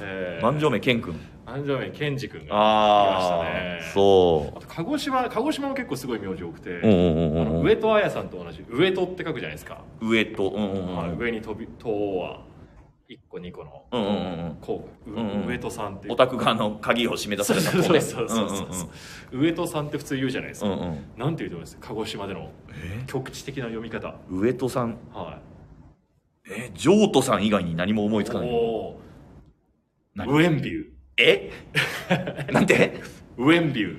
S2: えー
S3: 万丈目健君
S2: 万丈目、健二君が。
S3: ああ
S2: いましたね
S3: そ
S2: あと鹿児島、鹿児島も結構すごい名字多くて、
S3: ううんうん
S2: あ
S3: うんう
S2: の
S3: ん
S2: 上戸彩さんと同じ、上戸って書くじゃないですか。
S3: 上とうんうん
S2: あ
S3: う
S2: の
S3: ん
S2: 上に飛び、戸は、1個2個の、
S3: うんうんうん
S2: こう、
S3: うんうん
S2: 上戸さんっていう
S3: オタクがあの鍵を閉め出さ
S2: そう
S3: れた
S2: そう
S3: と
S2: そ
S3: ね
S2: うそうそうそう上戸さんって普通言うじゃないです
S3: う
S2: か、
S3: んうんうん
S2: なんて言うと思います鹿児島での
S3: え
S2: 局地的な読み方
S3: 上戸さん
S2: は
S3: え譲渡さん以外に何も思い
S2: い
S3: つかない
S2: おー
S3: 何
S2: ウェンビュー
S3: え なんて
S2: ウェンビュ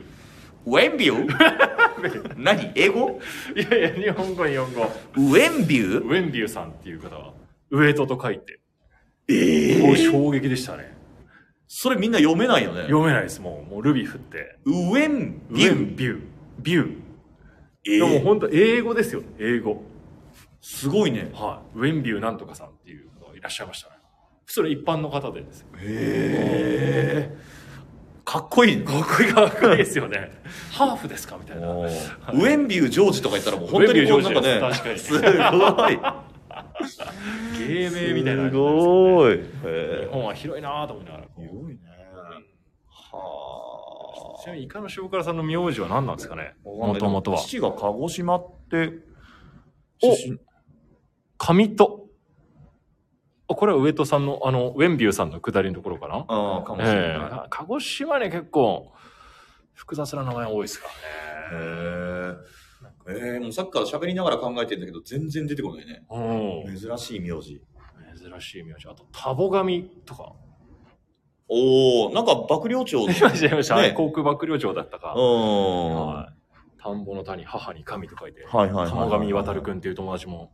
S3: ウェンビュー 何英語
S2: ー いやいや日本語日本語
S3: ウェンビ
S2: ウ
S3: ュー
S2: ェンビューさんっていう方は上戸と書いて
S3: え
S2: もう衝撃でしたね
S3: それみんな読めないよね。
S2: 読めないですもうもうルビー振って
S3: ウェン
S2: ウ
S3: ビ
S2: ェ
S3: ュ
S2: ンビュービュー、
S3: ー。
S2: で
S3: え
S2: も
S3: ー
S2: 本当英語ですよ英語
S3: すごいね。
S2: はいウェンビューなんとかさんっていう方がいらっしゃいましたねそれ一般の方でですよ
S3: えかっこいいね。
S2: かっこいいかっこいいですよね ハーフですかみたいな
S3: おーウェンビュージョージとか言ったらもう本当に
S2: ウェンビ
S3: こ
S2: ュ
S3: うな
S2: ージ
S3: ん
S2: ョ
S3: か
S2: ー
S3: ね、
S2: ジです
S3: すごい。
S2: 芸名みたいな感じですすよね
S3: ごい。
S2: 日
S3: え
S2: 本は広いなぁと思いながらこう
S3: すごいね。は
S2: ちなみにイカの塩辛さんの名字は何なんですかね
S3: あ。
S2: もともとは
S3: 父が鹿児島って、
S2: お
S3: 出身
S2: 上戸あこれは上戸さんのあのウェンビューさんの下りのところかな
S3: ああ、かもしれ
S2: ええ
S3: ない。
S2: 鹿児島ね結構複雑な名前多いですか
S3: へええー、もうさっきから喋りながら考えてんだけど、全然出てこないね。
S2: らねうん
S3: 珍しい名字。
S2: 珍しい名字あとタボ神とか
S3: おおなんか幕僚 長の。
S2: いましたいましたあれ
S3: ね
S2: 航空幕僚長だったか
S3: うん
S2: はい田んぼの谷母に神と書いて
S3: はいはいはい。
S2: 鴨上渉君っていう友達も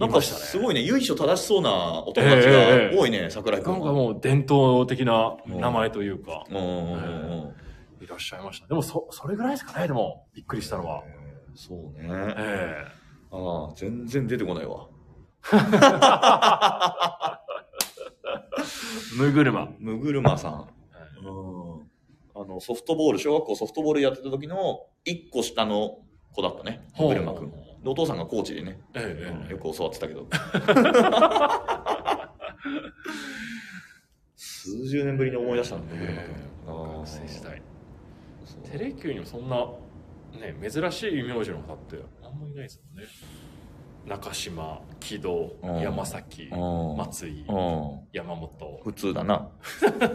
S3: なん
S2: い
S3: か
S2: ましたね
S3: すごいね、由緒正しそうなお友達が多いね、桜井
S2: なん
S3: 君
S2: か
S3: は。
S2: もう伝統的な名前というか、
S3: うんうんうんうん。
S2: いらっしゃいました。でもそ、それぐらいですかね、でも、びっくりしたのは。
S3: そうね。
S2: え
S3: ああ、全然出てこないわ。
S2: えむぐるま。
S3: むぐるまさん。うんあの、ソフトボール、小学校ソフトボールやってた時の一個下の子だったね、むぐるま君。で
S2: え
S3: お父さんがコーチでね、
S2: え
S3: よく教わってたけど。数十年ぶりに思い出したんだ、むぐるま君
S2: ええ。
S3: ああ
S2: 学生時代。
S3: そう
S2: テレキューにもそんな、ね、珍しい名字の方ってあんまりいないですもんね。中島、木戸、
S3: うん
S2: 山崎、
S3: うん
S2: 松井、山本。
S3: 普通だな、うん、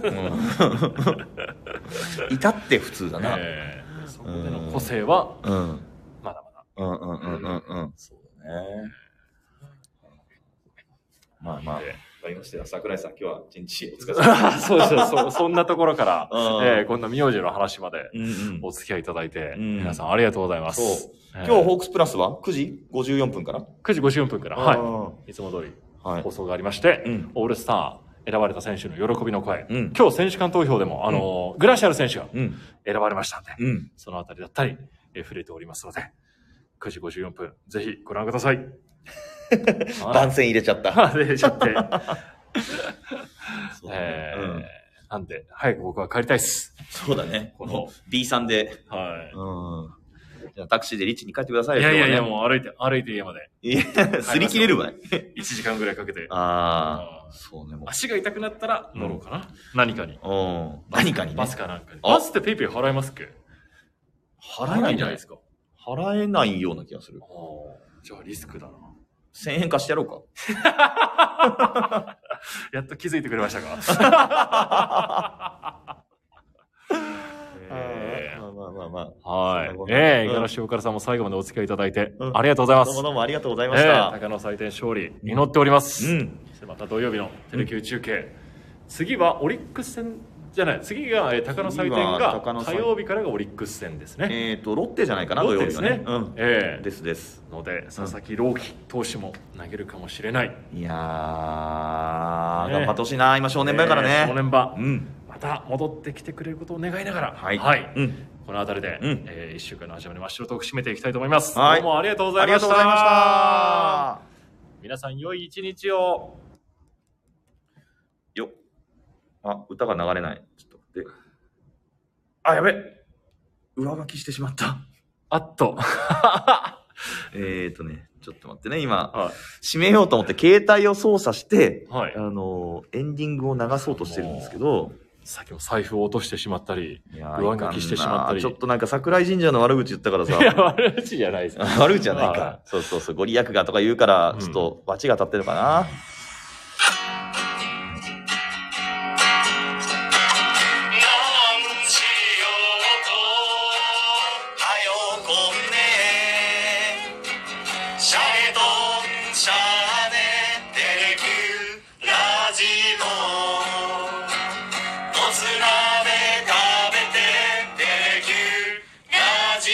S3: 至って普通だな、
S2: ええそこでの個性は、
S3: うん、
S2: まだ
S3: う
S2: まだ。
S3: んうんうんうんうんそうだねまあまあ
S2: で
S3: かりましたよ。桜井さん、今日は一日お疲れ様でした。
S2: あー そうですよそそんなところから、
S3: うん
S2: えーこんな名字の話まで
S3: うんうん
S2: お付き合いいただいて、
S3: うん
S2: 皆さんありがとうございます。
S3: そう
S2: えー
S3: 今日、ホークスプラスは9時54分から
S2: 9時54分から、はい、いつも通り
S3: い。はい
S2: 放。送がありまして、
S3: うん
S2: オールスター選ばれた選手の喜びの声、
S3: うん。
S2: 今日選手間投票でも、あのーグラシアル選手が
S3: うん。
S2: 選ばれましたんで、
S3: うん。
S2: そのあたりだったり、えー触れておりますので、9時54分、ぜひご覧くだ さい。
S3: 番宣入れちゃった。
S2: あ出ちゃって。えー
S3: うん
S2: なんで、早く僕は帰りたいっす。
S3: そうだね。こ
S2: こ
S3: の
S2: の
S3: B さんで。
S2: はい。
S3: じゃあタクシーでリッチに帰ってください
S2: い
S3: よ。
S2: やいやいや、
S3: 今
S2: もう歩いて、歩いて家まで。
S3: 日はねいや、すり切れるわい。
S2: 1時間ぐらいかけて。
S3: あ
S2: あ
S3: あ、そうね、も
S2: ー足が痛くなったら乗ろうかな。何かに。
S3: う。うん。何かにね。
S2: バスかなんかに。
S3: あ
S2: バスってペイペイ払えますっけ
S3: 払えないんじゃない
S2: すか。
S3: 払えないような気がする
S2: あ。ーじゃあリスクだな。
S3: 1000円貸してやろうか。
S2: やっと気づいてく れましたかえー
S3: まあまあまあま
S2: はい
S3: そんなこ。と
S2: ええ、
S3: うん
S2: 五十嵐岡田さんも最後までお付き合いいただいて
S3: う、ん
S2: ありがとうござ
S3: あ。
S2: いま
S3: どう
S2: す
S3: も。どうもありがとうございまし
S2: ええ、
S3: た。
S2: 高野祭典勝利、祈っております。
S3: うん。
S2: そしてまた土曜日のテレキュー中継、次はオリックス戦じゃない次がえー高野祭典
S3: 次は高
S2: が
S3: 野祭
S2: 火曜日からがオリックス戦ですね、
S3: えっと、ロッテじゃないかな、
S2: ロ
S3: 土曜
S2: ッテ
S3: 日
S2: です
S3: は
S2: ね
S3: ね。うん。
S2: ええ
S3: ですです。
S2: ので佐々木朗希投手も投げるかもしれない
S3: いやー、
S2: ね
S3: 頑張ってほしいな、今正念場やから
S2: ええ
S3: ね
S2: 正。念場
S3: うん。
S2: また戻ってきてくれることを願いながら
S3: はいうん
S2: この辺りで、
S3: うん
S2: え1週間の始まり真っ白トーク締めていきたいと思います、
S3: はい
S2: どうもありがとうござ
S3: あ
S2: い
S3: り
S2: ま
S3: がと
S2: した
S3: うございました。
S2: 皆さん良い一日を
S3: よっあ、歌が流れない。ちょっと待って。あ、やべ上書きしてしまった。
S2: あっと
S3: えーとね、ちょっと待ってね、今、
S2: は
S3: 締めようと思って携帯を操作して、
S2: い、はい
S3: あ、のーエンディングを流そうとしてるんですけど、
S2: さっきも財布を落としてしまったり
S3: いやー
S2: 上書きしてしまったり
S3: いかんなちょっとなんか桜井神社の悪口言ったから
S2: いや
S3: さ、
S2: 悪口じゃないで す
S3: 悪口じゃない
S2: は
S3: か。そうそうそう、ご利益がとか言うから
S2: う、ん
S3: ちょっと罰が当たってるのかな。
S1: なんちようとはよこんねシャレドンシャネテレキューラジオもつ鍋食べてテレキューラジ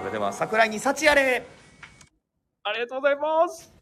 S1: オ
S3: それでは桜井に幸あれ
S2: ありがとうございます